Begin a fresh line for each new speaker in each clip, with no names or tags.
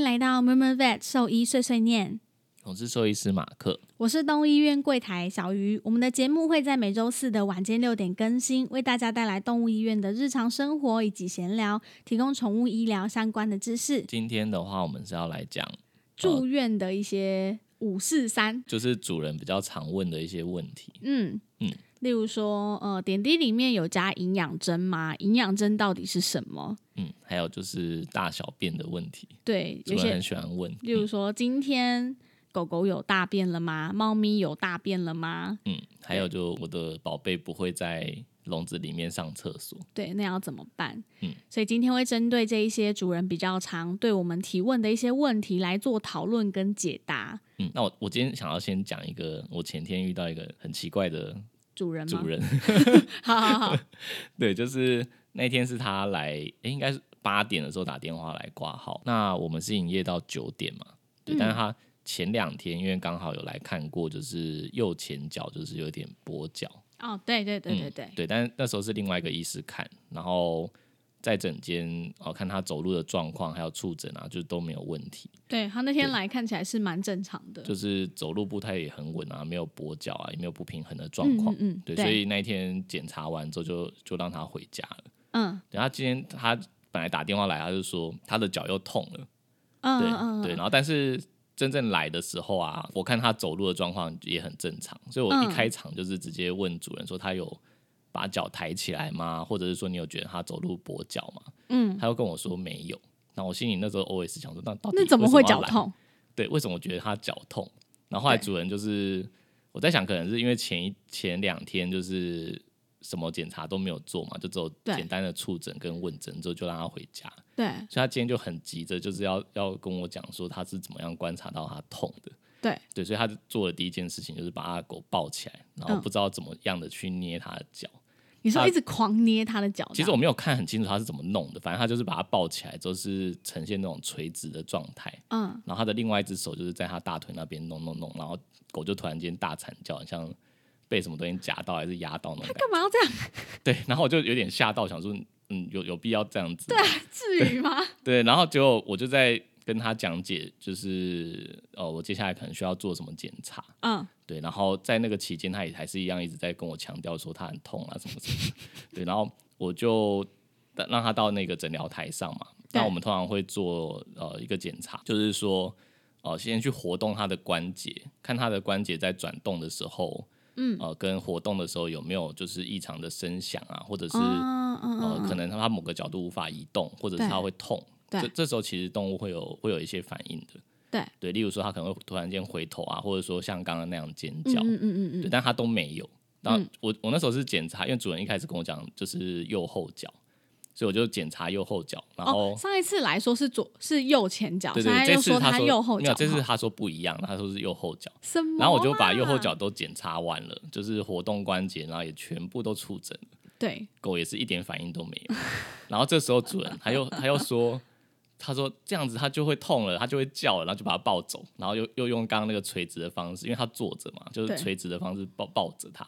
来到 Murmur Vet 兽医碎碎念，
我是兽医师马克。
我是动物医院柜台小鱼。我们的节目会在每周四的晚间六点更新，为大家带来动物医院的日常生活以及闲聊，提供宠物医疗相关的知识，
今天的话，我们是要来讲，
住院的一些五四三，
就是主人比较常问的一些问题。
嗯
嗯
例如说，呃，点滴里面有加营养针吗？营养针到底是什么？
嗯，还有就是大小便的问题，
对，
主
有
人
些
很喜欢问。
例如
嗯
说，今天狗狗有大便了吗？猫咪有大便了吗？
嗯，还有就我的宝贝不会在笼子里面上厕所。
对，那要怎么办？
嗯，
所以今天会针对这一些主人比较常对我们提问的一些问题来做讨论跟解答。
嗯，那我我今天想要先讲一个，我前天遇到一个很奇怪的
主人吗？
主，人，
好好好，
对，就是那天是他来，诶应该是八点的时候打电话来挂号。那我们是营业到九点嘛，对，
嗯
但是他前两天因为刚好有来看过，就是右前脚就是有点跛脚，
哦，对对对对
嗯
对，
对，但是那时候是另外一个医师看，然后在诊间哦看他走路的状况，还有触诊啊，就都没有问题，
对他那天
对
来看起来是蛮正常的，
就是走路步态也很稳啊，没有跛脚啊，也没有不平衡的状
嗯
况
嗯。嗯，
对，所以那一天检查完之后就就让他回家了。
嗯
对他今天他本来打电话来，他就说他的脚又痛了，
嗯
对、
嗯
对，
嗯，
然后但是真正来的时候啊，我看他走路的状况也很正常，所以我一
嗯
开场就是直接问主人说他有把脚抬起来吗？或者是说你有觉得他走路跛脚吗？
嗯，
他又跟我说没有。那我心里那时候 always 想说，那到底
那怎
么
么会
要
脚
来？
痛？
对，为什么我觉得他脚痛？然后后来
对
主人就是我在想，可能是因为前一前两天就是什么检查都没有做嘛，就只有
对
简单的触诊跟问诊之后就让他回家，
对
所以他今天就很急着就是要要跟我讲说他是怎么样观察到他痛的。
对
对，所以他做的第一件事情就是把他的狗抱起来，然后
嗯
不知道怎么样的去捏他的脚。
你说
他
一直狂捏他的脚这样，
其实我没有看很清楚他是怎么弄的，反正他就是把它抱起来，就是呈现那种垂直的状态。
嗯，
然后他的另外一只手就是在他大腿那边弄弄弄，然后狗就突然间大惨叫，很像被什么东西夹到还是压到那种感
干嘛要这样？
觉。对，然后我就有点吓到，想说，嗯，有有必要这样子吗？
至于 吗？
对，然后结果我就在跟他讲解，就是哦，我接下来可能需要做什么检查。
嗯，
对，然后在那个期间，他也还是一样一直在跟我强调说他很痛啊什么什么的。 对，然后我就让他到那个诊疗台上嘛。
对
那我们通常会做呃一个检查，就是说呃先去活动他的关节，看他的关节在转动的时候，嗯，呃跟活动的时候有没有就是异常的声响啊，或者是、
嗯嗯
呃
嗯，
可能它某个角度无法移动，或者是
对
它会痛。
对
这这时候其实动物会有会有一些反应的。
对
对，例如说它可能会突然间回头啊，或者说像刚刚那样尖
嗯
叫，
嗯嗯嗯
对，但它都没有。然后我我那时候是检查，因为主人一开始跟我讲就是右后脚，所以我就检查右后脚，然后、
哦，上一次来说是左是右前脚，
对
现
对，
在
这
又
次他
他右后
没
脚
有，
嘛，
这次他说不一样，他说是右后脚。
什么？啊
然后我就把右后脚，都检查完了，就是活动关节，然后也全部都触诊了
对，
狗也是一点反应都没有。然后这时候主人他又他又说，他说这样子它就会痛了，它就会叫了，然后就把它抱走，然后又又用刚刚那个垂直的方式，因为它坐着嘛，就
对
是垂直的方式抱抱着它，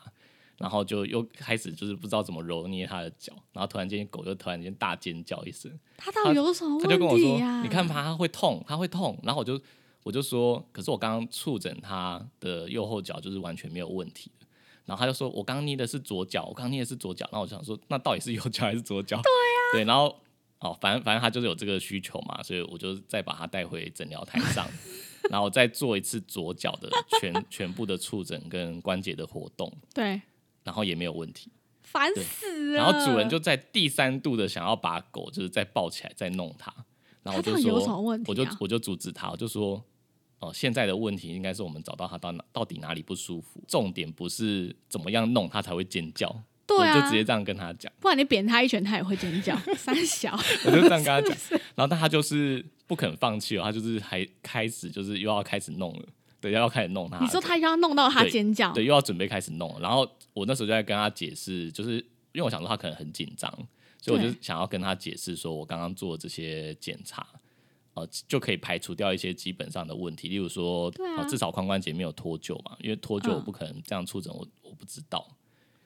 然后就又开始就是不知道怎么揉捏它的脚，然后突然间狗就突然间大尖叫一声，
他到底有什么
他就跟
问
我说
题呀？：“
你看吧，它会痛，它会痛。”然后我就我就说：“可是我刚刚触诊它的右后脚，就是完全没有问题的。”然后他就说：“我刚刚捏的是左脚，我刚刚捏的是左脚。”然后我就想说：“那到底是右脚还是左脚？”对呀、对，然后哦，反正反正他就是有这个需求嘛，所以我就再把它带回诊疗台 上，然后再做一次左脚的全全部的触诊跟关节的活动，
对，
然后也没有问题。
烦死了。
然后主人就在第三度的想要把狗就是再抱起来再弄它，然后
他
我就
到底
说，
有什么问题啊
我就我就阻止他，我就说，哦、现在的问题应该是我们找到它到哪到底哪里不舒服，重点不是怎么样弄它才会尖叫，
对
我
啊，
就直接这样跟他讲，
不然你扁他一拳，他也会尖 叫。三小，
我就这样跟他讲，然后但他就是不肯放弃哦，他就是还开始就是又要开始弄了，对，又要开始弄它了，
你说他要弄到他
啊对
尖叫，
对，又要准备开始弄了。然后我那时候就在跟他解释，就是因为我想说他可能很紧张，所以我就
对
想要跟他解释说，我刚刚做这些检查，呃，就可以排除掉一些基本上的问题，例如说，哦
对啊
呃至少髋关节没有脱臼嘛，因为脱臼
嗯
我不可能这样触诊，我我不知道。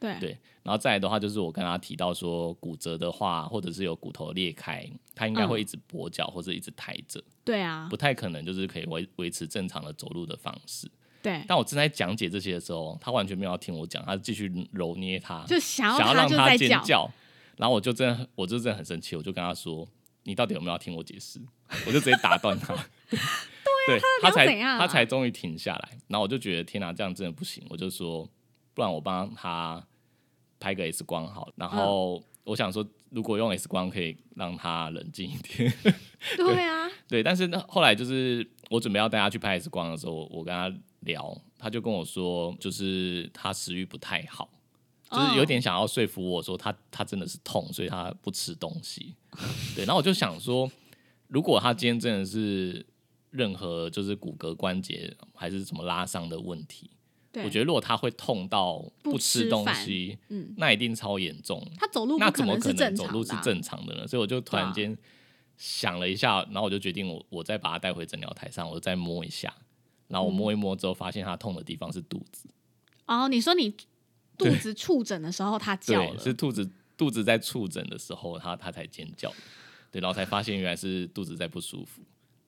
对
对，然后再来的话，就是我跟他提到说，骨折的话，或者是有骨头裂开，他应该
嗯
会一直跛脚或者一直抬着，
对啊
不，太可能就是可以维维持正常的走路的方式。
对，
但我正在讲解这些的时候，他完全没有要听我讲，他继续揉捏他，
就想
想
要
让
就
他
在
尖
叫，
叫。然后我就真的很，我就真的很生气，我就跟他说：“你到底有没有要听我解释？”我就直接打断他。 对，他
到底要
才
怎样啊
他才终于停下来。然后我就觉得天哪、这样真的不行。我就说，不然我帮他拍个 X 光好了。然后
嗯
我想说，如果用 X 光可以让他冷静一点。
对啊，
对，但是呢，后来就是我准备要带他去拍 X 光的时候，我我跟他聊，他就跟我说，就是他食欲不太好，就是
哦
有点想要说服我说他他真的是痛，所以他不吃东西。对，然后我就想说，如果他今天真的是任何就是骨骼关节还是什么拉伤的问题，
对，啊
我觉得如果他会痛到
不
不
吃
吃东
饭
西，
嗯，
那一定超严重。
他走路
那
不
怎么
能
可
是
能
正
走
常
路是
的啊、
正常的呢？所以我就突
对啊
然间想了一下，然后我就决定我我再把它带回诊疗台上，我再摸一下。然后我摸一摸之后，发现它痛的地方是肚子，
哦，你说你肚子触诊的时候它叫
对，
了，
是肚子肚子在触诊的时候，它它才尖叫，对，然后才发现原来是肚子在不舒服，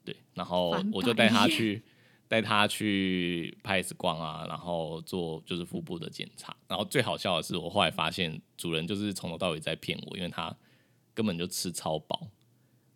对，然后
翻白
我就带它
眼
去带它去拍 X 光啊，然后做就是腹部的检查，然后最好笑的是，我后来发现主人就是从头到尾在骗我，因为他根本就吃超饱，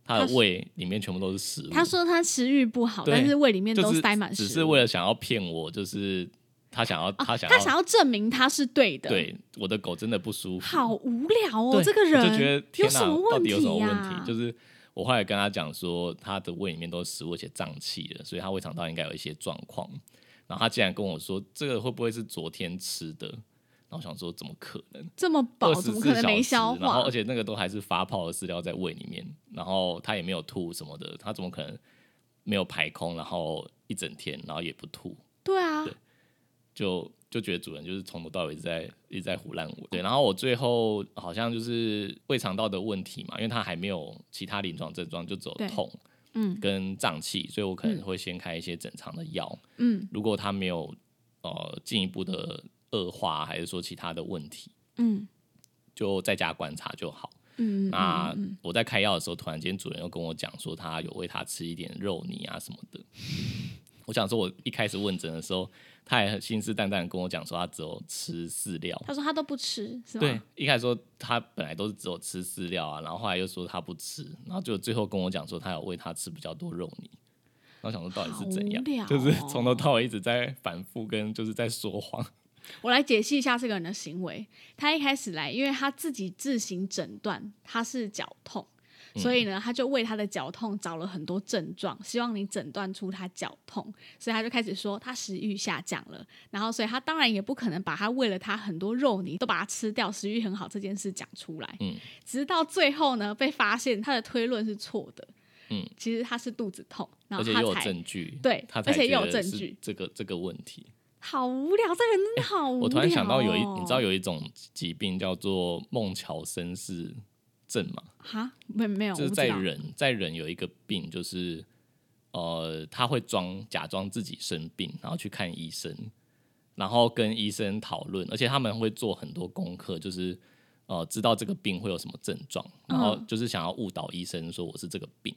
他
他
的
是
胃里面全部都是食物，
他说他食欲不好，
对
但是胃里面
就
都
是
塞满食物，哦
只是为了想要骗我，就是他想要、他想要
他想要证明他是对的，，
对我的狗真的不舒服，
好无聊哦，
对
这个人
我就觉得
有
天哪，
什么
到
问
底有
题啊
什么问
呀、
题？就是我后来跟他讲说，他的胃里面都是食物，而且胀气了，所以他胃肠道应该有一些状况。然后他竟然跟我说，这个会不会是昨天吃的？然后我想说，怎么可能？
这么饱，
二十
怎
四
么
小
可能
时，
没消
然后
化
而？且那个都还是发泡的饲料在胃里面，然后他也没有吐什么的，他怎么可能没有排空，然后一整天，然后也不吐？
对啊，
对就就觉得主人就是从头到尾一直在一直在胡乱我。对，然后我最后好像就是胃肠道的问题嘛，因为它还没有其他临床症状，就只有
对
痛，
嗯，
跟胀气，所以我可能会先开一些正常的药。
嗯，
如果它没有呃进一步的恶化，还是说其他的问题，
嗯
就在家观察就好。
嗯嗯
那我在开药的时候，突然间主人又跟我讲说，他有喂他吃一点肉泥啊什么的。 我想说，我一开始问诊的时候，他也很信誓旦旦地跟我讲说，他只有吃饲料。
他说他都不吃，是吧？
对，一开始说他本来都是只有吃饲料啊，然后后来又说他不吃，然后就最后跟我讲说他有喂他吃比较多肉泥。然后想说到底是怎样
好无聊，哦
就是从头到尾一直在反复跟就是在说谎。
我来解析一下这个人的行为。他一开始来，因为他自己自行诊断他是脚痛，
嗯
所以呢，他就为他的脚痛找了很多症状，希望你诊断出他脚痛。所以他就开始说他食欲下降了，然后所以他当然也不可能把他喂了他很多肉泥都把它吃掉，食欲很好这件事讲出来。
嗯，
直到最后呢，被发现他的推论是错的。
嗯，
其实他是肚子痛，然后
而且又有
他才
证据，
对
他才
而且又有
觉得
证
是
据
这个这个问题。
好无聊，这个人真的好无聊、哦
哎我突然想到有一，你知道有一种疾病叫做孟乔森氏症嘛？
哈？没没有，
就
我
是
不
在
知道
人在人有一个病，就是呃，他会装假装自己生病，然后去看医生，然后跟医生讨论，而且他们会做很多功课，就是呃，知道这个病会有什么症状，然后
嗯
就是想要误导医生说我是这个病。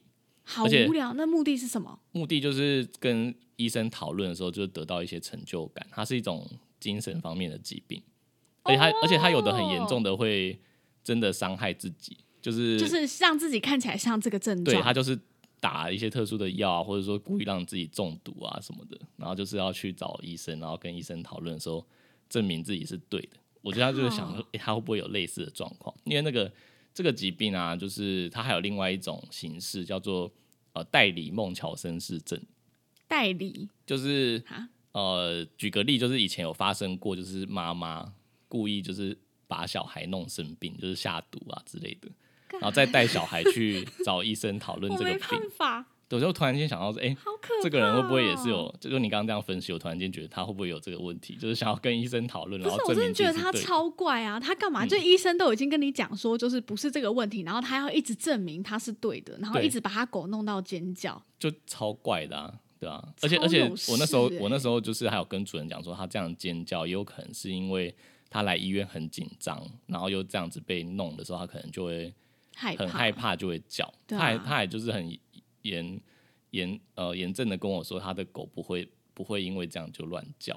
好
而且
无聊，那目的是什么？
目的就是跟医生讨论的时候，就得到一些成就感。它是一种精神方面的疾病，而且它、而且它有的很严重的会真的伤害自己，就是
就是让自己看起来像这个症
对
状。
他就是打一些特殊的药啊，或者说故意让自己中毒啊什么的，然后就是要去找医生，然后跟医生讨论的时候，证明自己是对的。我觉得他就是想 说，诶他会不会有类似的状况？因为那个这个疾病啊，就是它还有另外一种形式叫做呃代理孟乔森氏症。
代理
就是
啊
呃，举个例，就是以前有发生过，就是妈妈故意就是把小孩弄生病，就是下毒啊之类的，然后再带小孩去找医生讨论
我
这个
没
病
办。法，
对我就突然间想到说，哎、
好可怕、哦
这个人会不会也是？有？就是你刚刚这样分析，我突然间觉得他会不会有这个问题，就是想要跟医生讨论，
不
然
是
后，
我
证
真的
明自
觉
己
得
是
他
对嗯的。
超怪啊！他干嘛？就医生都已经跟你讲说，就是不是这个问题，然后他要一直证明他是对的，然后
对
一直把他狗弄到尖叫。
就超怪的、啊，对啊，
超
而且而且
有事
我那时候
欸
我那时候就是还有跟主人讲说，他这样尖叫也有可能是因为他来医院很紧张，然后又这样子被弄的时候，他可能就会
害怕，
很害怕，就会叫。
对啊
他也他也就是很严严呃严正的跟我说，他的狗不会不会因为这样就乱叫。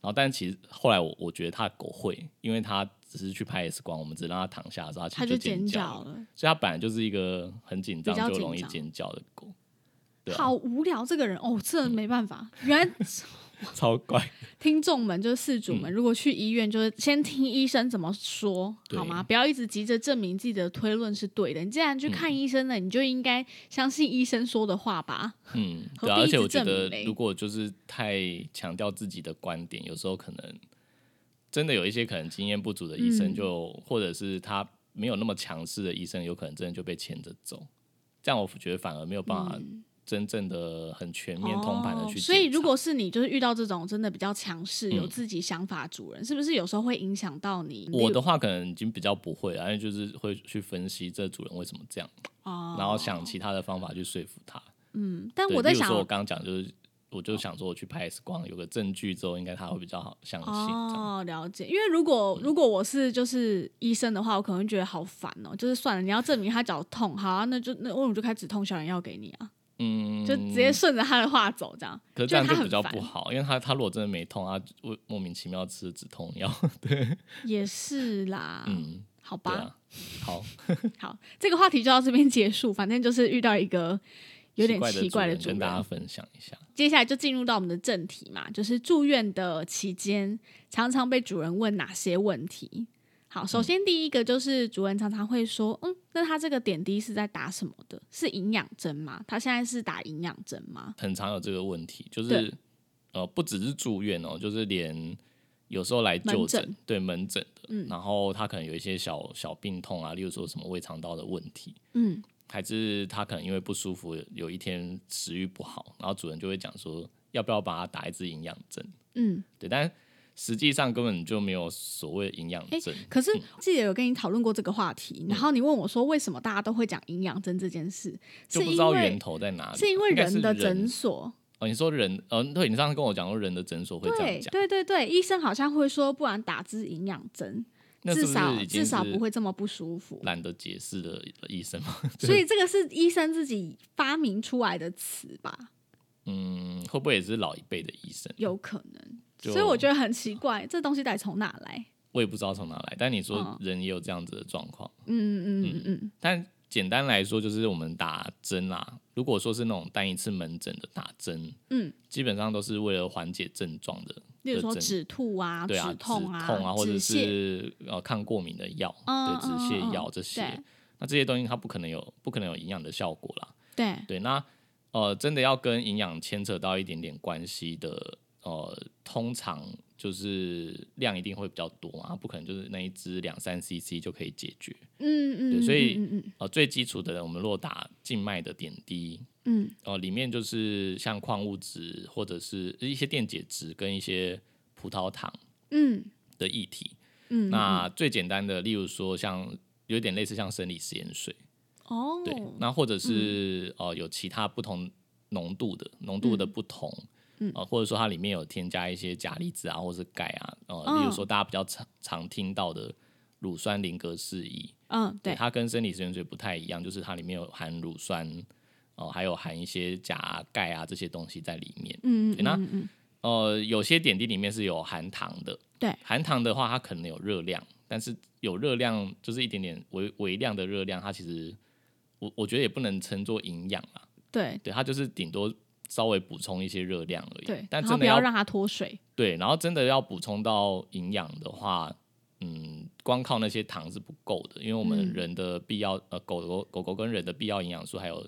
然后，但其实后来我我觉得他的狗会，因为他只是去拍 X 光，我们只让他躺下的时候，他其
他
实
就
尖
尖
叫
叫
了。
了，
所以他本来就是一个很紧张
比较
就容易
紧张
尖叫的狗，对啊嗯
好无聊这个人哦，这没办法。原来
超怪。
听众们就是事主
嗯
们，如果去医院，就是先听医生怎么说，
对
好吗？不要一直急着证明自己的推论是对的。你既然去看医生了，你就应该相信医生说的话吧。
嗯，
何
对啊、
必
而
一
且
直
我觉
证明
得
嘞
如果就是太强调自己的观点，有时候可能真的有一些可能经验不足的医生
嗯
就，或者是他没有那么强势的医生，有可能真的就被牵着走。这样我觉得反而没有办法真正的很全面通盘的去
嗯哦
检查、
所以如果是你，就是遇到这种真的比较强势、
嗯
有自己想法主人，是不是有时候会影响到你？
我的话，可能已经比较不会了，因为就是会去分析这主人为什么这样，
哦，
然后想其他的方法去说服他。
嗯，但
对，
我在
例如
想
说，我刚刚讲就是，我就想说我去拍 X 光，有个证据之后，应该他会比较好相信。这样嗯
哦，了解。因为如果如果我是就是医生的话，我可能会觉得好烦哦、就是算了，你要证明他脚痛，好、啊，那就那我就开止痛消炎药给你啊，
嗯，
就直接顺着他的话走这样。
可是
觉得
这样
他
就
很
比较
烦
不好，因为他他如果真的没痛，他莫莫名其妙吃止痛药。
也是啦，
嗯，
好吧
对、啊，好，
好，这个话题就到这边结束。反正就是遇到一个有点
奇
奇怪的
主
主
人跟大家
人，
分享一下。
接下来就进入到我们的正题嘛，就是住院的期间，常常被主人问哪些问题。好，
嗯
首先第一个就是主人常常会说，嗯，那他这个点滴是在打什么的？是营养针吗？他现在是打营养针吗？
很常有这个问题，就
对
是呃，不只是住院哦，就是连有时候来就诊，
门诊嗯
对门诊的，然后他可能有一些小小病痛啊，例如说什么胃肠道的问题，
嗯，
还是他可能因为不舒服，有一天食欲不好，然后主人就会讲说，要不要把他打一支营养针？
嗯，
对，但实际上根本就没有所谓营养针，
哎可是记得有跟你讨论过这个话题，
嗯
然后你问我说为什么大家都会讲营养针这件事，
就是不知
因
道源
为
头在哪里。啊
是因为
应该是
人的
人
诊所
哦，你说人，呃，对你上次跟我讲过人的诊所会这样
对
讲，
对对对，医生好像会说，不然打支营养针，
那是
至
不是
少
已经
至少
是
不会这么不舒服。
懒得解释的医生吗？
所以这个是医生自己发明出来的词吧？
嗯，会不会也是老一辈的医生？
有可能。
就
所以我觉得很奇怪，这东西得从哪来？
我也不知道从哪来，但你说
嗯
人也有这样子的状况。
嗯嗯嗯嗯，
但简单来说，就是我们打针啦，如果说是那种单一次门诊的打针，
嗯，
基本上都是为了缓解症状的，
例如说
的针
止吐啊、
对啊，
止
止
痛
啊，
啊、
或者
止泻，
是呃抗过敏的药，
嗯
对，止泻药这些。
对
那这些东西它不可能有不可能有营养的效果啦，
对，
对，那呃，真的要跟营养牵扯到一点点关系的，呃，通常就是量一定会比较多嘛，不可能就是那一支两三 CC 就可以解决。
嗯嗯，
对所以
嗯嗯
呃，最基础的，我们若打静脉的点滴，
嗯
呃，里面就是像矿物质或者是一些电解质跟一些葡萄糖
嗯
的液体。
嗯，
那最简单的，例如说像有点类似像生理食盐水，
哦，嗯
对，那或者是、呃有其他不同浓度的浓度的不同，
嗯
呃，或者说它里面有添加一些钾离子啊，或是钙啊，呃，
嗯
例如说大家比较常常听到的乳酸林格氏液，
嗯对，
它跟生理食盐水不太一样，就是它里面有含乳酸，哦、还有含一些钾啊、钙啊这些东西在里面。
嗯
对
嗯
那
嗯嗯，
呃，有些点滴里面是有含糖的，
对
含糖的话它可能有热量，但是有热量就是一点点微微量的热量，它其实我我觉得也不能称作营养啊，
对
对，它就是顶多稍微补充一些热量而已。
对，
但
然后
真
不
的
要让它脱水，
对，然后真的要补充到营养的话，嗯，光靠那些糖是不够的，因为我们
嗯
人的必要、呃，狗狗狗狗跟人的必要营养素还有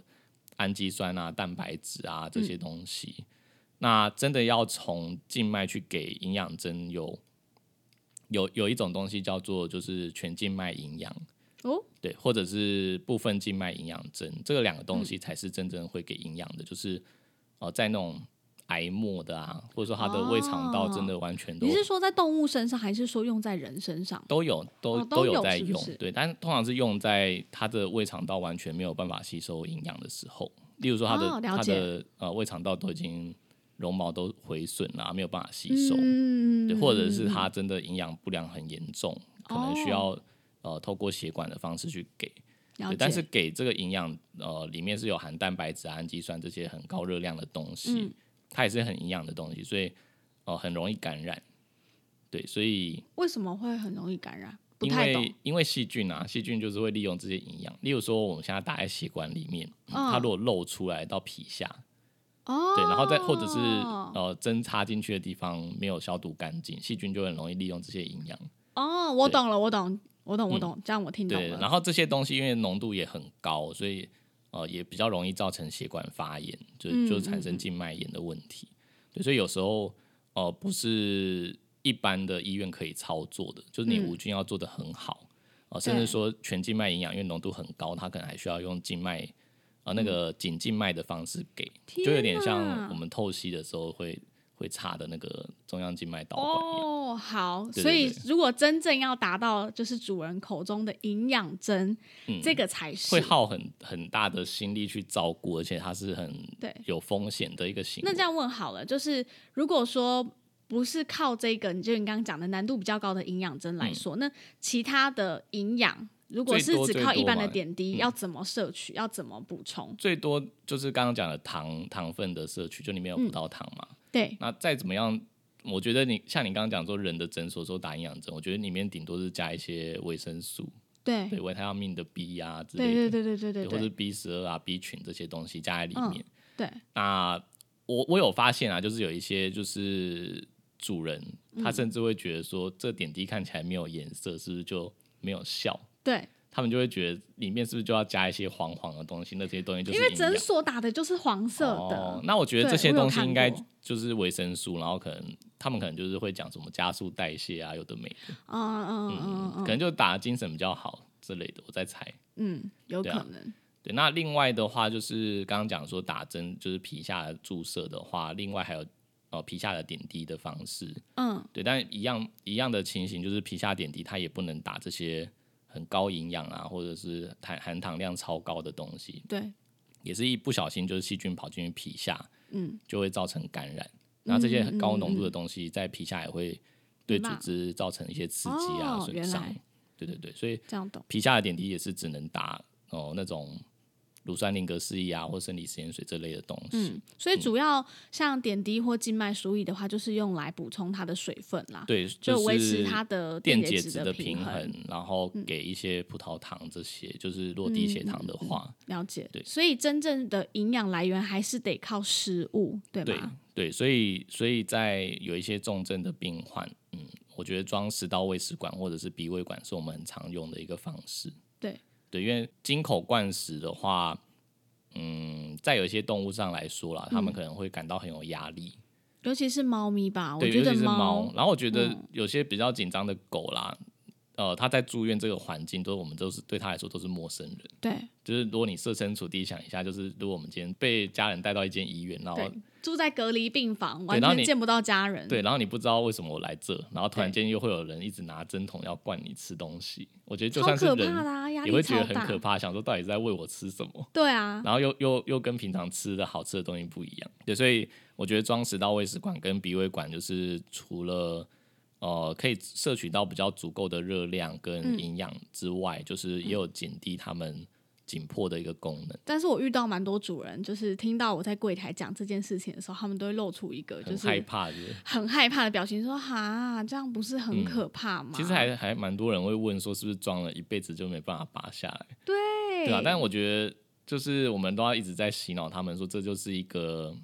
氨基酸啊、蛋白质啊这些东西，那真的要从静脉去给营养针有。有有一种东西叫做就是全静脉营养，
哦，
对，或者是部分静脉营养针，这个两个
嗯
东西才是真正会给营养的，就是哦、呃在那种癌末的啊，或者说他的胃肠道真的完全都、
哦你是说在动物身上，还是说用在人身上？
都有都、
哦
都
都
有
有
在
是不
用，
是
对，但通常是用在他的胃肠道完全没有办法吸收营养的时候，例如说他的、
哦了
他
解
的呃胃肠道都已经绒毛都毁损啦，没有办法吸收，
嗯，哦
对，或者是它真的营养不良很严重，可能需要、呃透过血管的方式去给。
了
对，
解，
但是给这个营养，呃，里面是有含蛋白质、氨基酸这些很高热量的东西，
嗯
它也是很营养的东西，所以呃很容易感染。对，所以
为什么会很容易感染？不
因
太懂
为因为细菌啊，细菌就是会利用这些营养，例如说我们现在打在血管里面，嗯
嗯
它如果漏出来到皮下，
哦。
对，然后再或者是呃针插进去的地方没有消毒干净，细菌就很容易利用这些营养。
哦，我
对嗯
懂了，我懂，我懂，我懂，这样我听懂
对，
了。
然后这些东西因为浓度也很高，所以呃也比较容易造成血管发炎，就
嗯
就产生静脉炎的问题。对，所以有时候呃不是一般的医院可以操作的，就是你
嗯
无菌要做的很好，呃甚
对
至说全静脉营养，因为浓度很高，它可能还需要用静脉呃那个颈静脉的方式给，
嗯天
就有点像
哪
我们透析的时候会会插的那个中央静脉导管一样。
哦，好，
对
所
对
以如果真正要达到就是主人口中的营养针，这个才是
嗯会耗很很大的心力去照顾，而且它是很
对
有风险的一个行为。
那这样问好了，就是如果说不是靠这个，你就你刚刚讲的难度比较高的营养针来说，那其他的营养如果是
嗯最多
只靠一般的
最多嘛嗯
点滴，要怎么摄取，要怎么补充？
最多就是刚刚讲的糖糖分的摄取，就里面有
嗯
葡萄糖嘛。
对，
那再怎么样，我觉得你像你刚刚讲说人的诊所说打营养针，我觉得里面顶多是加一些维生素，
对，
对维他命的 B 啊之类的，
哎对，对，对，对，对，对，
或者
对，嗯
B 十二啊、B 群这些东西加在里面。
对，
那我我有发现啊，就是有一些就是主人，
嗯
他甚至会觉得说，这点滴看起来没有颜色，是不是就没有效？
对，
他们就会觉得里面是不是就要加一些黄黄的东西？那这些东西就是
因为
营养
诊所打的就是黄色
哦
的，。
那我觉得
对
这些
我有
东西
看
应该
过
就是维生素，然后可能他们可能就是会讲什么加速代谢啊，有的没的，
嗯嗯嗯
可
嗯
能就打得精神比较好之类的，我在猜。
嗯，有
对啊
可能。
对，那另外的话就是刚刚讲说打针就是皮下注射的话，另外还有呃皮下的点滴的方式，
嗯，
对，但一样一样的情形就是皮下点滴它也不能打这些很高营养啊，或者是含含糖量超高的东西，
对，
也是一不小心就是细菌跑进去皮下，
嗯，
就会造成感染。然后这些很高浓
嗯
度
嗯
的东西在皮下也会对组织造成一些刺激啊、
哦
损
原
伤
来。
对对对，所以
这样懂。
皮下的点滴也是只能打哦、那种乳酸林格氏液啊或生理食盐水这类的东西。
嗯，所以主要像点滴或静脉输液的话，就是用来补充它的水分啦，
对，
就维持
是
它的
电
解
解
质
质的
平嗯
平衡，然后给一些葡萄糖这些，就是落地血糖的
嗯
话，
了解，
对
所以真正的营养来源还是得靠食物，对
对
吗？
对，所以所以在有一些重症的病患，嗯，我觉得装食道胃食管或者是鼻胃管是我们很常用的一个方式。
对
对，因为金口灌食的话，嗯，在有一些动物上来说啦，
嗯
他们可能会感到很有压力，
尤其是猫咪吧，我
对，
哦觉
尤
得
其是
猫，嗯
然后我觉得有些比较紧张的狗啦，呃，它在住院这个环境，都我们都是对它来说都是陌生人。
对
就是如果你设身处地想一下，就是如果我们今天被家人带到一间医院，然后
对，住在隔离病房，完
然后
全
你
见不到家人，
对，然后你不知道为什么我来这，然后突然间又会有人一直拿针筒要灌你吃东西，我觉得就
超
算是
可怕的
人
啊，压
也
力
会觉
超
得很
大，
可怕，想说到底是在喂我吃什么，
对啊，
然后又又又跟平常吃的好吃的东西不一样，对，所以我觉得装食道胃食管跟鼻胃管就是除了。呃，可以摄取到比较足够的热量跟
嗯
营养之外，就是也有减低他们紧迫的一个功能，
但是我遇到蛮多主人，就是听到我在柜台讲这件事情的时候，他们都会露出一个就
很
是
害怕的。
很害怕的表情，说：“哈，这样不是很可怕吗？”
嗯其实还还蛮多人会问说，是不是装了一辈子就没办法拔下来？
对
对啊，但我觉得就是我们都要一直在洗脑他们说，这就是一个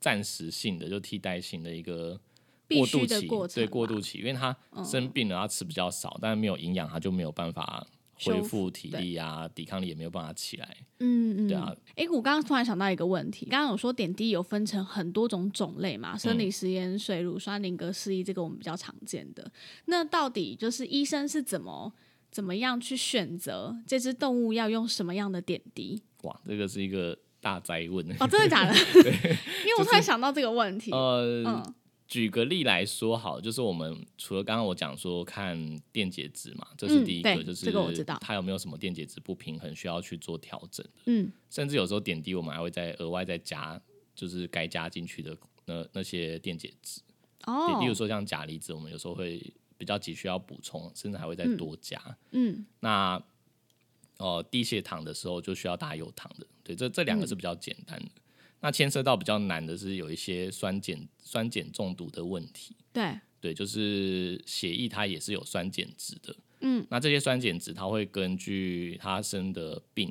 暂时性的，就替代性的一个
必
过
须
渡
的
期，
过程
对
吧嗯
过渡期，因为他生病了，他吃比较少，但是没有营养，他就没有办法恢
修复
复体力啊，抵抗力也没有办法起来。
嗯嗯，
对啊，
哎、我刚刚突然想到一个问题，刚刚有说点滴有分成很多种种类嘛，
嗯
生理食盐水、乳酸林格氏液这个我们比较常见的。那到底就是医生是怎么怎么样去选择这只动物要用什么样的点 滴？
哇，这个是一个大灾问。
哦，真的假的？ 因为我突然想到这个问题，
呃，
嗯
举个例来说好，就是我们除了刚刚我讲说看电解质嘛，这是
嗯
第一个，
对
就是
这个我知道
它有没有什么电解质不平衡需要去做调整的，
嗯，
甚至有时候点滴我们还会再额外再加就是该加进去的那那些电解质，
哦
例如，说像钾离子，我们有时候会比较急需要补充，甚至还会再多加。
嗯，
那呃低血糖的时候就需要大有糖的，对，这这两个是比较简单的。那牵涉到比较难的是有一些酸碱酸碱中毒的问题，
对，
对，就是血液它也是有酸碱值的。
嗯，
那这些酸碱值它会根据它生的病，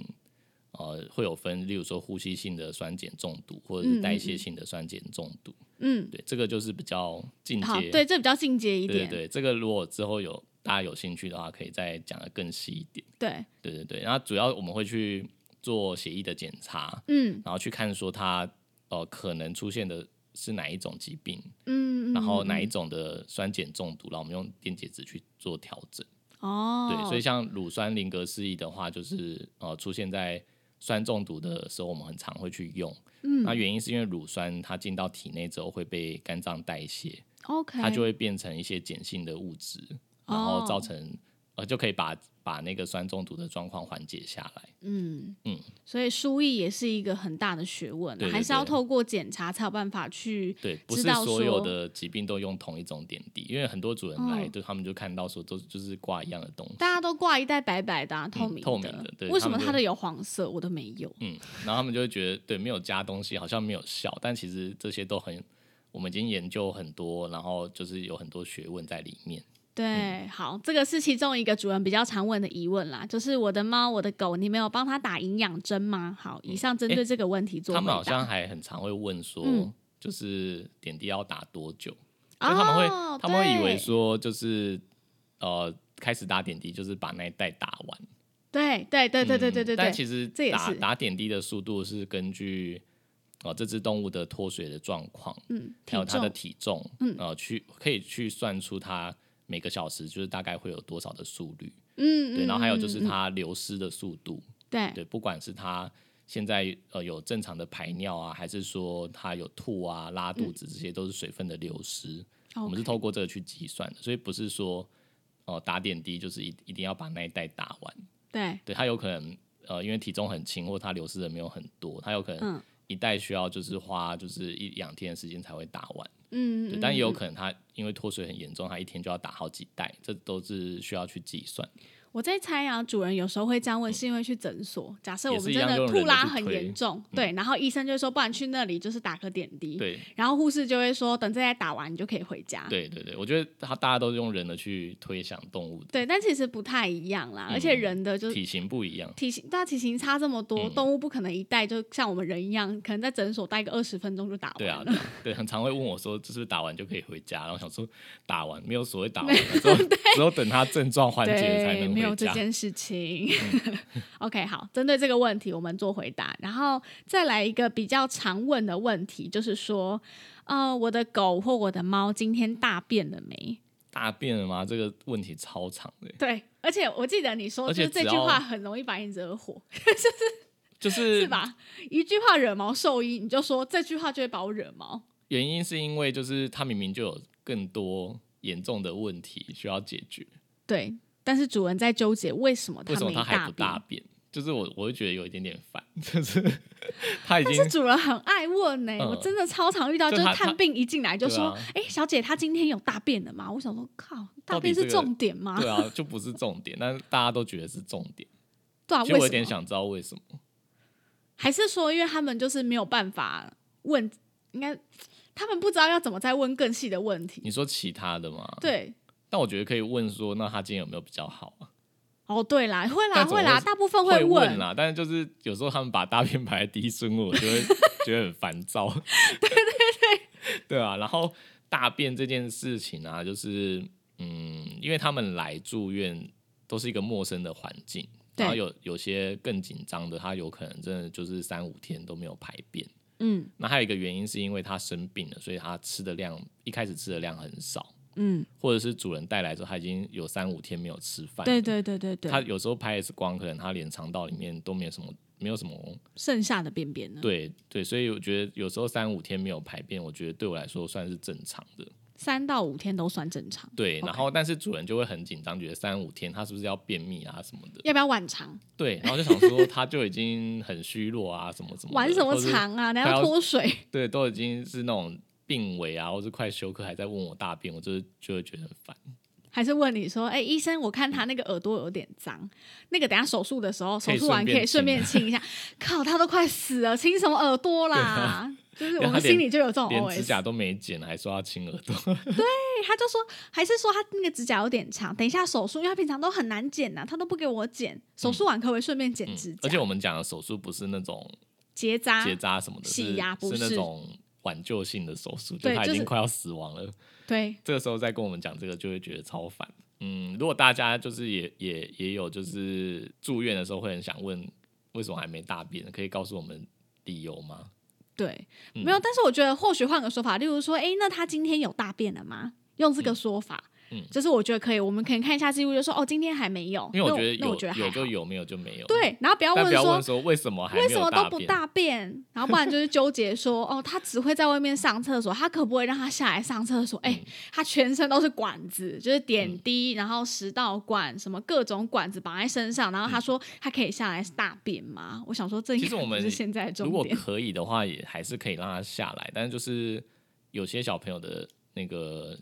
呃，会有分，例如说呼吸性的酸碱中毒，或
嗯
者
嗯
是
嗯
代谢性的酸碱中毒。
嗯，
对，这个就是比较进
好，
阶。
对，这比较进阶一
对对
点，
对，这个如果之后有大家有兴趣的话，可以再讲的更细一点。
对，
对对对，然后主要我们会去做血液的检查，
嗯
然后去看说它呃可能出现的是哪一种疾病，
嗯，嗯
然后
嗯
哪一种的酸碱中毒，然后我们用电解质去做调整。
哦，
对，所以像乳酸林格氏液的话，就是呃出现在酸中毒的时候，我们很常会去用。嗯，那原因是因为乳酸它进到体内之后会被肝脏代谢，
OK，
它就会变成一些碱性的物质，然后
哦
造成、呃就可以把把那个酸中毒的状况缓解下来。
嗯
嗯
所以输液也是一个很大的学问啊，
对对
还是要
对
透过检查才有办法去
对，不
知
是
道
所有
说
的疾病都用同一种点滴，因为很多主人来，
嗯
就他们就看到说都就是挂一样的东西，
大家都挂一袋白白的、啊、透明的，
嗯透明的对
为什么
他们就
他的有黄色，我的没有？
嗯，然后他们就会觉得对没有加东西好像没有效，但其实这些都很，我们已经研究很多，然后就是有很多学问在里面。
对，
嗯
好，这个是其中一个主人比较常问的疑问啦，就是我的猫、我的狗，你没有帮它打营养针吗？好，以上针对这个问题做
嗯他
回
们
答。
好像还很常会问说，
嗯
就是点滴要打多久？
哦
就他们会他们会以为
对
说就是呃开始打点滴就是把那一袋打完，
对对对对对对
嗯
对对，
但其实
这也
打
是
打点滴的速度是根据呃这只动物的脱水的状况，
嗯，
还
体
有它
重
的体重，嗯，呃，去可以去算出它每个小时就是大概会有多少的速率，
嗯，
对，
嗯
然后还有就
嗯
是它流失的速度，
对
对，不管是它现在呃有正常的排尿啊，还是说它有吐啊、拉肚子，这些都是水分的流失，我们是
嗯 OK
透过这个去计算的，所以不是说哦、呃打点滴就是一一定要把那一袋打完。
对
对他有可能呃，因为体重很轻，或他流失的没有很多，他有可
嗯
能一袋需要就是花就是一两天的时间才会打完。
嗯，
对，
嗯
但也有可能他因为脱水很严重，他一天就要打好几袋，这都是需要去计算。
我在猜啊，主人有时候会这样问，是因为去诊所，假设我
也是
们
一
真
样
的
用
吐
人的
拉
去
很
推嗯
严重，对，然后医生就说，不然去那里就是打个点滴，
对，
然后护士就会说，等这些打完你就可以回家，
对对对，我觉得他大家都用人的去推想动物的，
对，但其实不太一样啦，而且人的就是
嗯体嗯型不一样。
体型，大家体型差这么多，动物不可能一带就像我们人一样，可能在诊所待个二十分钟就打
对啊
完了，，
对，很常会问我说，就是打完就可以回家，然后想说打完没有所谓打完啊，只有只有等他症状缓解才
没有
能回
这
家。嗯
件事情。OK，好， 针对这个问题我们做回答，然后再来一个比较常问的问题，就是说，呃，我的狗或我的猫今天大便了没？
大便了吗？这个问题超长 的、
对，而且我记得你说，就
而且
是这
只
句话
要
很容易把你惹火，
就是
是吧？一句话惹毛兽医，你就说这句话就会把我惹毛。
原因是因为就是他明明就有更多严重的问题需要解决，
对，但是主人在纠结为什么
为什么
没
他还不
便
大便？就是我我会觉得有一点点烦， 就是他已经
主人很爱问呢、
嗯
我真的超常遇到，就
就是他
看病一进来就说哎、
对啊：“
小姐，她今天有大便了吗？”我想说，靠，大
到
便
底这
是
个
重点吗？
对啊，就不是重点，但是大家都觉得是重点。
对啊，
其实我
为
有
什
点
么？
想知道为什么，
还是说，因为他们就是没有办法问，应该他们不知道要怎么再问更细的问题。
你说其他的嘛？。
对，
但我觉得可以问说，那他今天有没有比较好啊？
哦，对啦，会啦，
但总
会啦，
会是
大部分
会
问，
啦，但是就是有时候他们把大便排在第一顺位，我就会 觉得很烦躁。对对对，对啊。然后大便这件事情啊，就是嗯，因为他们来住院都是一个陌生的环境，
对
然后有有些更紧张的，他有可能真的就是三五天都没有排便。
嗯
那还有一个原因是因为他生病了，所以他吃的量一开始吃的量很少，
嗯，
或者是主人带来之后，他已经有三五天没有吃饭了。
对对对对对，
他有时候拍 X 光，可能他连肠道里面都没有什么没有什么
剩下的便便呢？
对对，所以我觉得有时候三五天没有排便，我觉得对我来说算是正常的。
三到五天都算正常，
对，
OK
然后但是主人就会很紧张，觉得三五天他是不是要便秘啊什么的？
要不要晚肠？
对，然后就想说 他就已经很虚弱啊，什么什么的
玩什么
或是
肠啊？然
还
后
要
脱水，
对，都已经是那种病危啊，或是快休克，还在问我大便，我就是就会觉得很烦。
还是问你说，哎、医生，我看他那个耳朵有点脏，那个等下手术的时候，
嗯可
手
以
术完可以顺
顺
便
便啊
清一 下。靠，他都快死了，清什么耳朵啦？
对啊
就是哦我
然后
们
他连
心里就有这种 OS，
连指甲都没剪，还说要亲耳朵，
对他就说，还是说他那个指甲有点长，等一下手术，因为他平常都很难剪呐、啊他都不给我
嗯
剪。手术完可不可以顺便剪指甲？
而且我们讲的手术不是那种
结扎，
嗯结扎什么的，
啊洗
是
牙不
是那
是
种挽救性的手术，就
对
他
就
已
是
经快要死亡了。
对，
这个时候再跟我们讲这个，就会觉得超烦。嗯，如果大家就是也也也有就是住院的时候会很想问为什么还没大便，可以告诉我们理由吗？
对，
嗯
没有。但是我觉得或许换个说法，例如说，哎，那他今天有大便了吗？用这个说法，
嗯
就是我觉得可以，我们可以看一下记录，就说哦，今天还没有。
因
那
为我
我
觉得
那
有
觉得还
有就
好
有，没有就没有。，
对，然后不要
但不要
说
问说为什么还
为
没
什
有
么
大
都不
便。
大便，然后不然就是纠结说，哦，他只会在外面上厕所，他可不可以让他下来上厕所？哎、
嗯
他全身都是管子，就是点滴，然后食道管什么各种管子绑在身上，然后他说他可以下来大便吗？我想说这应
嗯其实
该
我
不
们
是现在的重
如果
点，
可以的话，也还是可以让他下来，但是就是有些小朋友的那个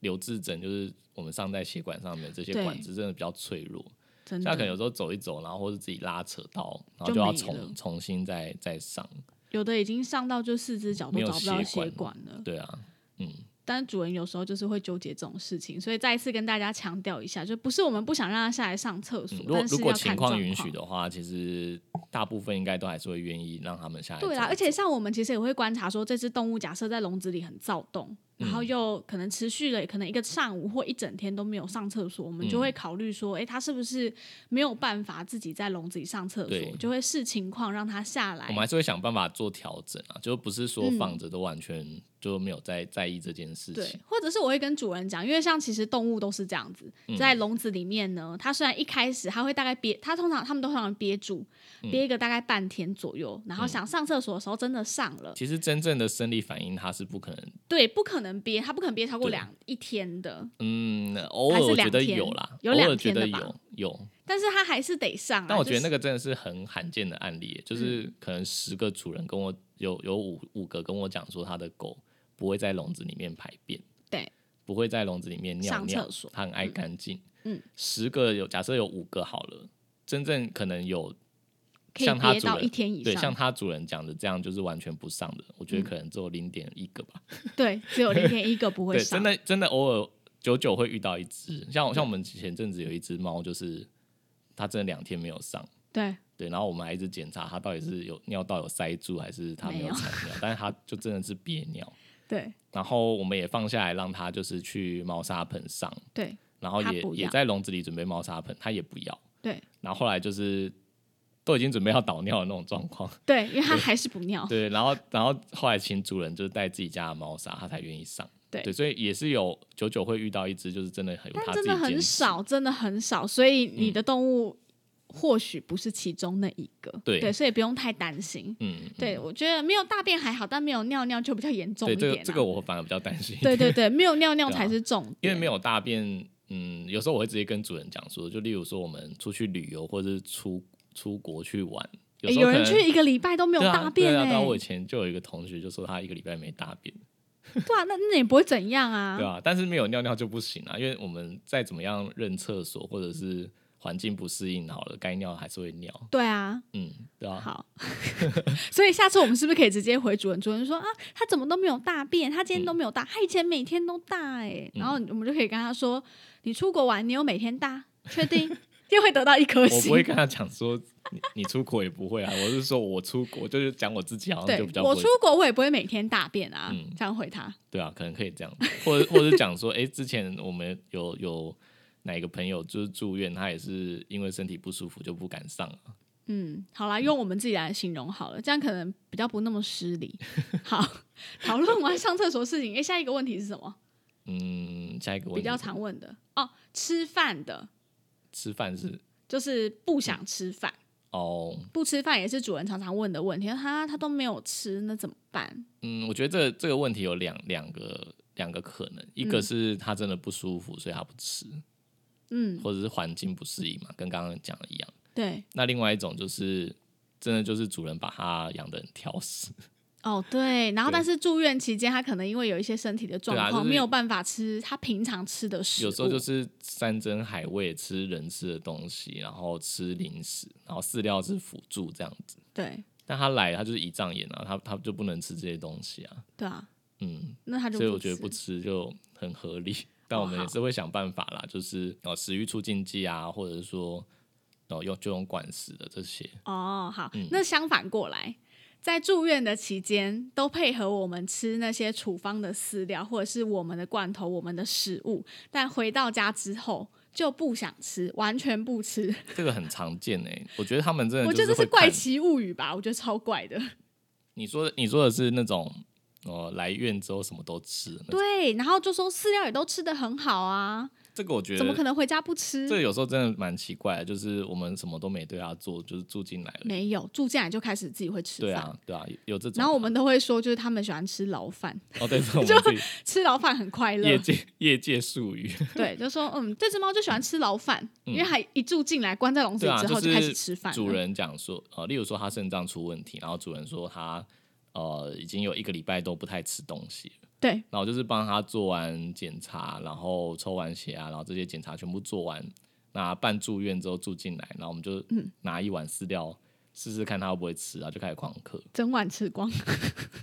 留置针，就是我们上在血管上面这些
对
管子真的比较脆弱，
真
他可能
的
有时候走一走，然后或者自己拉扯到，然
就
后就要
没了
重重新再再上，
有的已经上到就四只脚都
没有
找不到
血管
血管了。
对啊，嗯，
但主人有时候就是会纠结这种事情，所以再一次跟大家强调一下，就不是我们不想让他下来上厕所
嗯，如果
但是
如
要
果
看状
情况允许的话，其实大部分应该都还是会愿意让他们下来走一走。
对啦，而且像我们其实也会观察说，这只动物假设在笼子里很躁动，
嗯
然后又可能持续了可能一个上午或一整天都没有上厕所，我们
嗯
就会考虑说，诶，它是不是没有办法自己在笼子里上厕
对
所，就会视情况让它下
我们
来。
还是会想办法做调整啊，就不是说
嗯
放着都完全就没有在在意这件事
对
情。，
或者是我会跟主人讲，因为像其实动物都是这样子，
嗯
在笼子里面呢，它虽然一开始它会大概憋，它通常它们都通常憋住，
嗯
憋一个大概半天左右，然后想上厕所的时候真的上了，
其实真正的生理反应，它是不可能，
对，不可能憋，它不可能憋超过
对
两一天的，
嗯，偶
还
尔
是
我
两
觉得
天
有啦，
有
偶
两
尔觉
天的
得
吧
有有，
但是他还是嗯得上、啊。
但我觉得那
个、
个真的是很罕见的案例，就是可能十个主人跟我有有五五个跟我讲说，他的狗不会在笼子里面排便，
对，
不会在笼子里面尿
上
尿
厕所，
它很爱干净，
嗯，
十个有假设有五个好了，真正可能有
就是
像
可以
它
憋
主
到一
人。
天以
对，像
上，嗯
它主人讲的这样，就是完全不上的，我觉得可能只有零点一个吧。
对，只有零点一个不会
对，
上，
真的真的偶尔久久会遇到一只，像像我们前阵子有一只猫，就是它真的两天没有上，
对
对，然后我们还一直检查它到底是有尿道有塞住还是它没
没
有
有
产尿，但是它就真的是憋尿，
对
然后我们也放下来让它就是去猫砂盆上，
对
然后
它
也
不
也
要
在笼子里准备猫砂盆，它也不要，
对
然后后来就是都已经准备要倒尿的那种状况，
对，因为他还是不尿，
对，然后然后后来请主人就是带自己家的猫砂，它才愿意上。
对
所以也是有久久会遇到一只，就是真的很有它
但真
自己
的很
坚持。嗯
少，真的很少，所以你的动物或许不是其中那一个，
对
所以不用太担心。
嗯，
对，我觉得没有大便还好，但没有尿尿就比较严重一
对，这
点、
个
啊。
这个我反而比较担心，
对对对，没有尿尿
对啊
才是重点，
因为没有大便，嗯，有时候我会直接跟主人讲说，就例如说我们出去旅游或者是出出国去玩，有
诶
时
有
候可
人
能
去一个礼拜都没有
对啊
大便
对啊，
哎、
对啊我以前就有一个同学就说他一个礼拜没大便，
对啊，那那也不会怎样啊，
对啊，但是没有尿尿就不行啊，因为我们再怎么样认厕所或者是环境不适应好了，该尿还是会尿，
对啊，
嗯，对啊，
好， 所以下次我们是不是可以直接回主人？主人说啊，他怎么都没有大便，他今天都没有
嗯
大，他以前每天都大哎、然后我们就可以跟他说，你出国玩，你有每天大，确定？ 就会得到一颗
我
星
不。会跟他讲说你你出国也不会啊，我是说我出国就是讲我自己好像就
对
比较，不
我
会
出国我也不会每天大便啊，
嗯
这样回他。
对啊，可能可以这样，或者或者是讲说，哎、之前我们有有哪一个朋友就是住院，他也是因为身体不舒服就不敢上了，
嗯，好啦，用我们自己来形容好了，这样可能比较不那么失 礼。好，讨论完上厕所的事情，诶，下一个问题是什么？
嗯，下一个问题
比较常问的哦，吃饭的，
吃饭是
就是不想吃饭。
哦，
不吃饭也是主人常常问的问题，他他都没有吃，那怎么办？
嗯，我觉得这这个问题有两两个两个可能，一个是他真的不舒服，所以他不吃，
嗯，
或者是环境不适应嘛，跟刚刚讲的一样。
对，
那另外一种就是真的就是主人把它养的很挑食，
哦对，然后
对
但是住院期间，他可能因为有一些身体的状
对啊
况，
就是
没有办法吃他平常吃的食物，
有时候就是山珍海味，吃人吃的东西，然后吃零食，然后饲料是辅助这样子。
对
但他来他就是胰脏炎啊，他他就不能吃这些东西啊，
对啊，
嗯，
那他就
所以我觉得不
吃
吃就很合理。但
哦
我们也
好
是会想办法啦，就是呃食欲促进剂啊，或者是说哦用就用管食的这些，
哦，好，
嗯
那相反过来，在住院的期间，都配合我们吃那些处方的饲料，或者是我们的罐头、我们的食物，但回到家之后就不想吃，完全不吃。
这个很常见哎、我觉得他们真的
我觉得
是
这
会
是怪
看
奇物语吧，我觉得超怪的。
你说的你说的是那种呃来院之后什么都吃的那种，
对，然后就说饲料也都吃的很好啊，
这个我觉得
怎么可能回家不吃？
这个有时候真的蛮奇怪的，就是我们什么都没对他做，就是住进来了。
没有住进来就开始自己会吃
对
饭。
啊，对啊，有有这种。
然后我们都会说，就是他们喜欢吃牢饭，
哦，对，这是我们自己
吃牢饭很快乐。
业界业界术语。
对，就说嗯，这只猫就喜欢吃牢饭，因为它一住进来，关在笼子
嗯对
里
啊，
之
就
后
是
开始吃饭了。
主人讲说，呃，例如说他肾脏出问题，然后主人说他呃已经有一个礼拜都不太吃东西了，
对
然后就是帮他做完检查，然后抽完血啊，然后这些检查全部做完，那半住院之后住进来，然后我们就
嗯
拿一碗饲料试试看他会不会吃，然后就开始狂咳，
整碗吃光，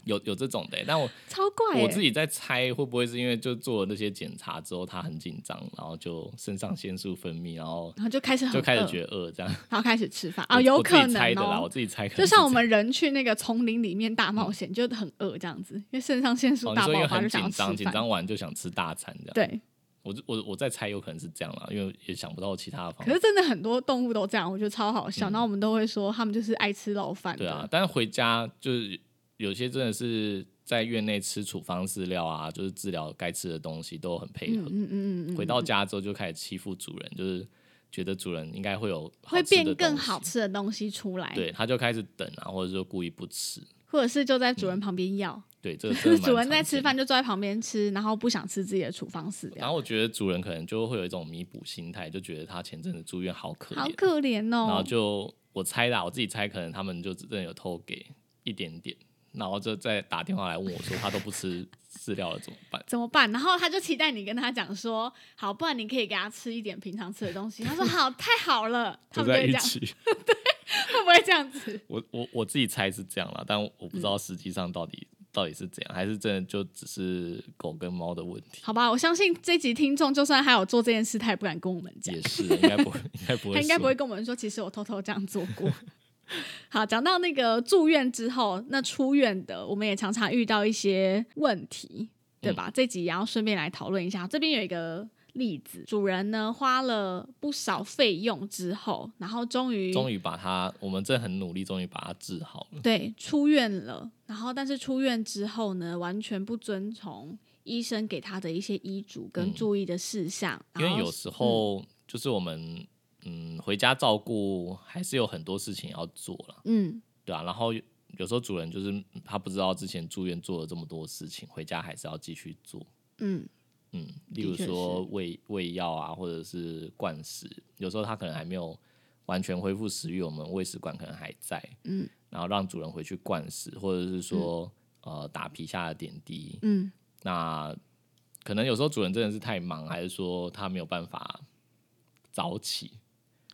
有有这种的欸、但我
超怪、欸。
我自己在猜，会不会是因为就做了那些检查之后，他很紧张，然后就肾上腺素分泌，然后
然后就开始很
就开始觉
得，
得饿这样
然后开始吃饭嗯
我
啊，有
我自己
可
猜
能
的啦，我
哦。
自己猜可能
就是
这
像
样。
我们人去那个丛林里面大冒险，就很饿这样子，因为肾上腺素
哦，你
大
说因
爆
为
发就
很
想要
紧
吃
张，紧
饭。
张完就想吃大餐这样。
对，
我就我我在猜，有可能是这样啦，因为也想不到其他的方
可
法。
是真的很多动物都这样，我觉得超好笑。然后我们都会说他们就是爱吃牢饭的。
嗯对啊，但是回家就是有些真的是在院内吃处方饲料啊，就是治疗该吃的东西都很配合。
嗯嗯嗯嗯，
回到家之后就开始欺负主人，就是觉得主人应该会有好
会
吃的
变更
东西
好吃的东西出来，
对，他就开始等啊，或者说故意不吃。
或者是就在主人旁边要。
对，嗯这个
就
真的
是
蛮
主人在
常
吃
见
饭就坐在旁边吃，然后不想吃自己的处方饲
的。然
料，
后我觉得主人可能就会有一种弥补心态，就觉得他前阵子住院好可怜，
好可怜
然后
哦。
就我猜啦，我自己猜，可能他们就真的有偷给一点点，然后就再打电话来问我说他都不吃饲料了怎么办？
怎么办？然后他就期待你跟他讲说，好，不然你可以给他吃一点平常吃的东西。他说好，太好 了。 他
就
们就会
在一
这样，
起，
会不会这样子？
我我我自己猜是这样啦，但我不知
嗯
道实际上到底、到底是怎样，还是真的就只是狗跟猫的问题。
好吧，我相信这集听众就算他有做这件事，他也不敢跟我们讲
也，是，应该不会，应 该不会，
他应该不会。跟我们说，其实我偷偷这样做过。 好，讲到那个住院之后，那出院的我们也常常遇到一些问题，对
嗯
吧？这集也要顺便来讨论一下。这边有一个例子，主人呢花了不少费用之后，然后终于
终于把它，我们真的很努力，终于把它治好了。
对出院了，然后但是出院之后呢，完全不遵从医生给他的一些医嘱跟
嗯
注意的事项，
因
然
为
后
有时候就是我们，嗯，回家照顾还是有很多事情要做了。
嗯
对啊，然后有有时候主人就是嗯他不知道之前住院做了这么多事情，回家还是要继续做。
嗯
嗯，例
的
如
确是
说喂喂药啊，或者是灌食，有时候他可能还没有完全恢复食欲，我们喂食管可能还在，
嗯，
然后让主人回去灌食，或者是说、呃打皮下的点滴。
嗯
那可能有时候主人真的是太忙，还是说他没有办法早起，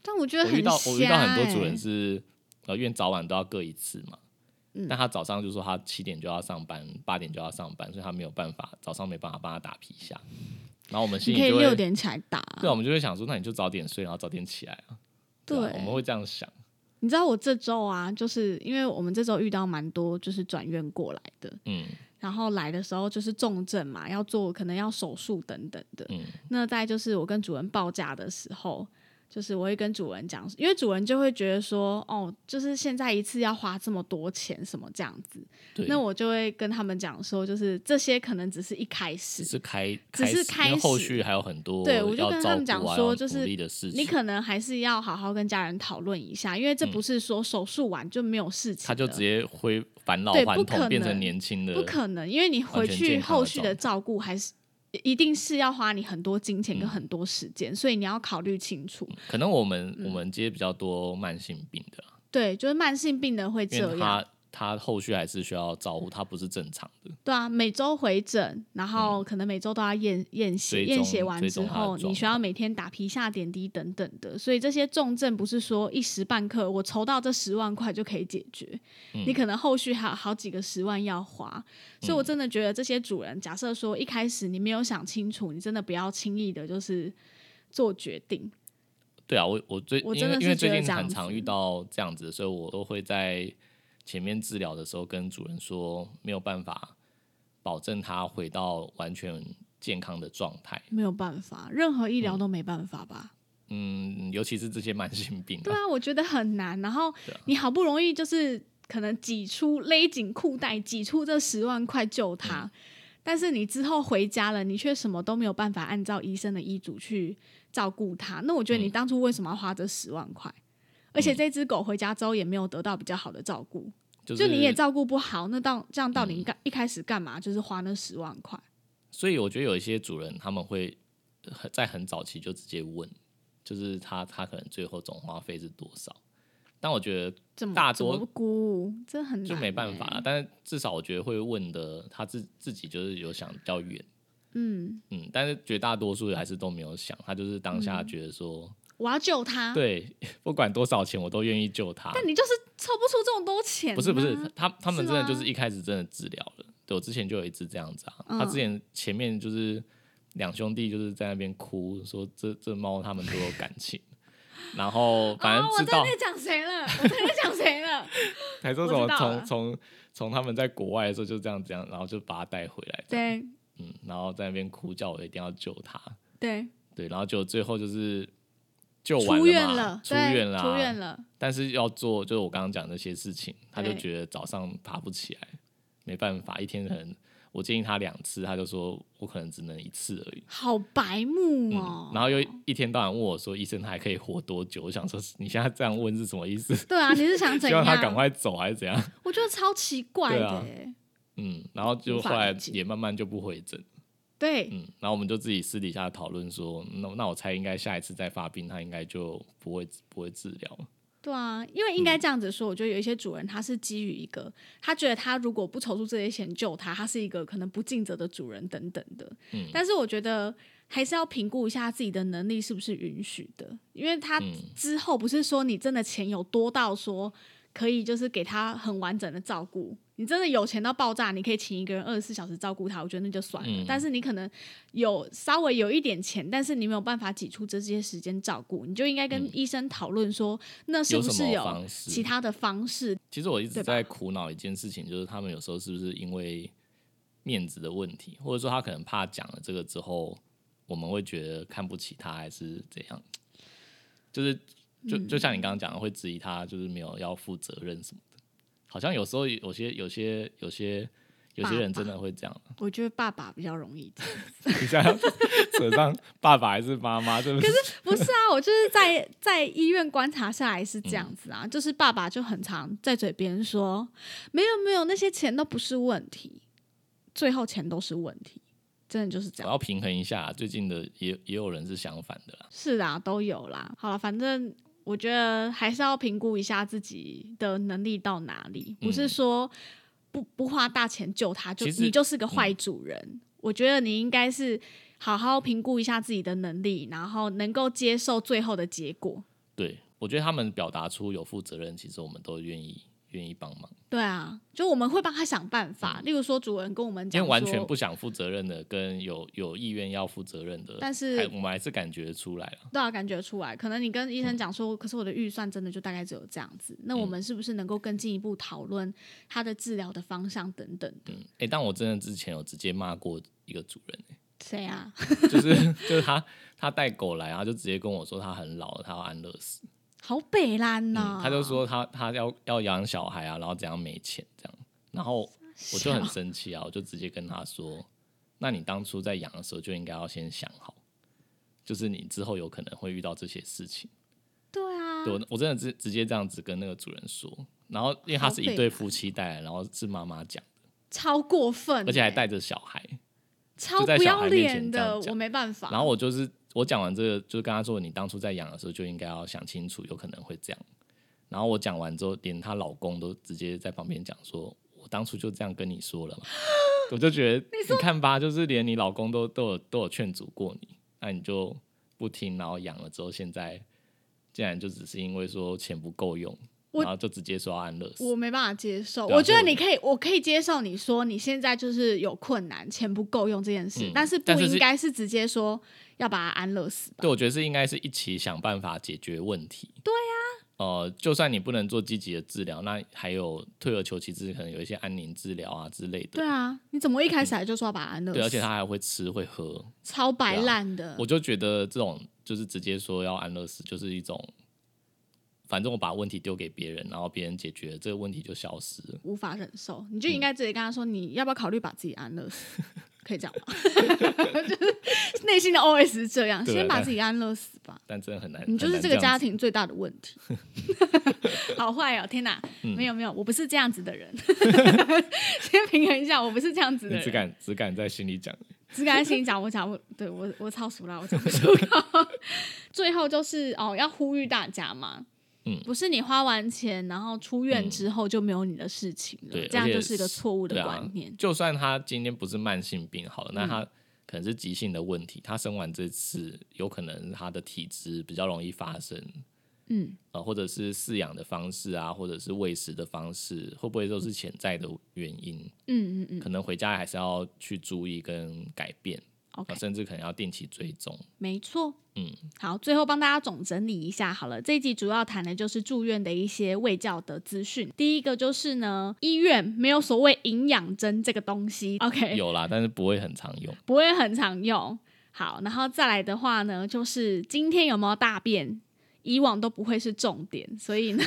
但我觉得
我
很
遇到我遇到
瞎
很多主人
欸
是，呃，因为早晚都要各一次嘛。
嗯
但他早上就说他七点就要上班，八点就要上班，所以他没有办法，早上没办法帮他打皮下。然后我们心
你可
里
以
就
六
会，
点起来打啊、
对，我们就会想说，那你就早点睡，然后早点起来啊。
对
啊我们会这样想。
你知道我这周啊，就是因为我们这周遇到蛮多就是转院过来的，
嗯
然后来的时候就是重症嘛，要做可能要手术等等的。
嗯，
那再就是我跟主人报价的时候，就是我会跟主人讲，因为主人就会觉得说，哦，就是现在一次要花这么多钱，什么这样子，
对，
那我就会跟他们讲说，就是这些可能只是一开
只
始，
是开，
只是
因为
开
后
始
续还有很多
对
要
我就跟
照
他们讲
顾啊
说
要
就是
鼓励的事情，嗯
你可能还是要好好跟家人讨论一下，因为这不是说手术完就没有事情了，
他就直接恢返老
对
还
不
童，
可
变成
能
年轻的，
不可能，因为你回
完全
去
健康的
后续的
状
照顾还是。一定是要花你很多金钱
嗯
跟很多时间，所以你要考虑清楚。
可能我们、
嗯
我们接比较多慢性病的啦，
对，就是慢性病的会
因
这
为
样。
他他后续还是需要照顾，他不是正常的。
对啊，每周回诊，然后可能每周都要验验血，
嗯追踪
验血完
追
之
踪他的
后，
状
你需要每天打皮下点滴等等的。所以这些重症不是说一时半刻我筹到这十万块就可以解决，
嗯
你可能后续还有好几个十万要花。所以我真的觉得这些主人，假设说一开始你没有想清楚，你真的不要轻易的就是做决定。
对啊，我我最
我
因
真
为
的
因
是
为
觉
最
得这
近
样
很
子
常遇到这样子，所以我都会在前面治疗的时候跟主人说，没有办法保证他回到完全健康的状态。
没有办法，任何医疗都没办法吧？
嗯，尤其是这些慢性病、
对 啊，我觉得很难。然后
啊
你好不容易就是可能挤出勒紧裤带，挤出这十万块救他，
嗯
但是你之后回家了，你却什么都没有办法按照医生的医嘱去照顾他。那我觉
嗯
得你当初为什么要花这十万块？而且这只狗回家之后也没有得到比较好的照顾，
就嗯
就是你也照顾不好，那到这样到底干、一开始干嘛？就是花那十万块。
所以我觉得有一些主人他们会很在很早期就直接问，就是他他可能最后总花费是多少。但我觉得
怎么
大
怎么
多
估？这很难、欸
就没办法。了，但是至少我觉得会问的，他自自己就是有想比较远，
嗯，
嗯，但是绝大多数人还是都没有想，他就是当
嗯
下觉得说，
我要救他，
对， 不管多少钱我都愿意救他。
啊但你就是凑不出这么多钱、啊
不是不是，他他们
是
真的
吗
就是一开始真的治疗了。对我之前就有一次这样子
嗯
啊，他之前前面就是两兄弟就是在那边哭说这这猫他们都有感情，然后反正
哦、我
知
知道
道
你在讲谁了，我知道你在讲谁了。
还说
我
什
知
么
道了
从从从他们在国外的时候就这样这样，然后就把他带回来，
对
嗯，然后在那边哭叫我一定要救他，
对，
对，然后就最后就是救哦完
出院
嘛
了，
出
对
院啦，啊
出院了。
但是要做就是我刚刚讲那些事情，他就
对
觉得早上爬不起来，没办法，一天可能我建议他两次，他就说我可能只能一次而已。
好白目
嗯，
哦。
然后又一天到晚问我说医生他还可以活多久？我想说你现在这样问是什么意思？
对啊，你是想怎
希望
样？
他赶快走还是怎样？
我觉得超奇怪的、
对啊
欸
嗯，然后就
无法
后来
理解
也慢慢就不回诊，
对
嗯，然后我们就自己私底下讨论说，那那我猜应该下一次再发病，他应该就不会不会治疗了。
对啊，因为应
嗯
该这样子说，我觉得有一些主人他是基于一个他觉得他如果不筹出这些钱救他，他是一个可能不尽责的主人等等的。
嗯
但是我觉得还是要评估一下自己的能力是不是允许的，因为他
嗯
之后不是说你真的钱有多到说可以就是给他很完整的照顾。你真的有钱到爆炸，你可以请一个人二十四小时照顾他，我觉得那就算了。
嗯
但是你可能有稍微有一点钱，但是你没有办法挤出这些时间照顾，你就应该跟医生讨论说，那是
嗯有
不
什
是
么
有
方式
其他的方式？
其实我一直
对吧
在苦恼一件事情，就是他们有时候是不是因为面子的问题，或者说他可能怕讲了这个之后，我们会觉得看不起他，还是怎样？就是就就
嗯
像你刚刚讲的，会质疑他就是没有要负责任什么的。好像有时候有些有些有些有些人真的会这样。
我觉得爸爸比较容易这样
你想要 扯上爸爸还是妈妈，是不是？
不是啊，我就是在在医院观察下来是这样子啊，就是爸爸就很常在嘴边说，没有没有，那些钱都不是问题，最后钱都是问题，真的就是这
我
样。
要平衡一下，啊最近的也也有人是相反的啦。
是啊，都有啦。好了，反正我觉得还是要评估一下自己的能力到哪里，不是说不不花大钱救他，就
嗯其实嗯
你就是个坏主人。我觉得你应该是好好评估一下自己的能力，然后能够接受最后的结果。
对，我觉得他们表达出有负责任，其实我们都愿意愿意帮忙。
对啊，就我们会帮他想办法，例如说主人跟我们
嗯因
讲
为
说，
完全不想负责任的，跟有有意愿要负责任的，
但是
还我们还是感觉出来了。
对啊，感觉出来。可能你跟医
嗯
生讲说，可是我的预算真的就大概只有这样子，那我们是不是能够更进一步讨论他的治疗的方向等等的？
嗯哎、但我真的之前有直接骂过一个主人、欸
谁啊？
就是 就是他他带狗来，然后就直接跟我说他很老了，他要安乐死。
好北兰呐、
嗯，他就说他他要要养小孩啊，然后怎样没钱这样，然后我就很
小
生气啊，我就直接跟他说，那你当初在养的时候就应该要先想好，就是你之后有可能会遇到这些事情。
对啊，
对我我真的直直接这样子跟那个主人说，然后因为他是一
好北
对
兰
夫妻带来，然后是妈妈讲，
超过分、欸
而且还带着小孩，
超
就在
不
小
要
孩面前
脸
这样
的，
讲
我没办法。
然后我就是我讲完这个，就是跟他说，你当初在养的时候就应该要想清楚，有可能会这样。然后我讲完之后，连她老公都直接在旁边讲说，我当初就这样跟你说了嘛。 我就觉得你看吧，就是连你老公都都有都有劝阻过你，那你就不听，然后养了之后，现在竟然就只是因为说钱不够用，
我
然后就直接说要安乐死。
我没办法接受，
对啊
我觉得
所以我
你可以，我可以接受你说你现在就是有困难，钱不够用这件事，
嗯
但是不
但是是
应该是直接说要把它安乐死吧？
对，我觉得是应该是一起想办法解决问题。对
啊
呀、呃，就算你不能做积极的治疗，那还有退而求其次，可能有一些安宁治疗啊之类的。
对啊，你怎么一开始来就说要把它安乐死？
嗯对，而且他还会吃会喝，
超白
对啊
烂的，
我就觉得这种就是直接说要安乐死，就是一种，反正我把问题丢给别人，然后别人解决这个问题就消失了。
无法忍受，你就
嗯
应该直接跟他说，你要不要考虑把自己安乐死？ 可以这样吗？就是内心的 OS 是这样，
对啊
先把
对啊
自己安乐死吧。
但真的很难，
你就
很
是
难
这
这
个
样
家
子
庭最大的问题。 好坏哦，天哪！
嗯
没有没有，我不是这样子的人。 先平衡一下，我不是这样子的
你只
人。
敢只敢在心里讲，
只敢在心里讲，我讲我对我我超熟啦，我讲不出口。 最后就是哦，要呼吁大家嘛。
嗯
不是你花完钱，然后出院之后就没有你的事情了，
对，
这样
而且
就是一个错误的
对
观念嗯
啊。。就算他今天不是慢性病好了，那他可能是急性的问题，他生完这次有可能他的体质比较容易发生。
嗯，
啊，或者是饲养的方式啊，或者是喂食的方式，会不会都是潜在的原因？
嗯嗯嗯
可能回家还是要去注意跟改变，
，OK，
啊、甚至可能要定期追踪。
没错。
嗯，
好，最后帮大家总整理一下好了。这一集主要谈的就是住院的一些卫教的资讯。第一个就是呢，医院没有所谓营养针这个东西，OK，
有啦，但是不会很常 用。
不会很常用。好，然后再来的话呢，就是今天有没有大便，以往都不会是重点，所以 呢，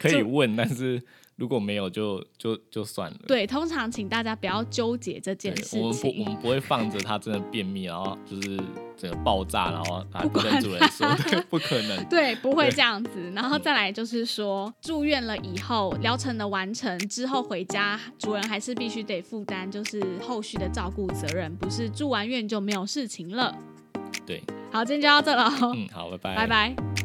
可以问，但是如果没有就就就算了。
对，通常请大家不要纠结这件
对
事
我们不，我
情。
们不会放着它真的便秘，然后就是整个爆炸，然后啊
不
不
管
跟主人说， 对，不可能。
对，不会
对
这样子。然后再来就是说，住院了以后，疗程的完成之后回家，主人还是必须得负担就是后续的照顾责任，不是住完院就没有事情了。
对，
好，今天就到这了哦，
嗯，好，拜拜，
拜拜。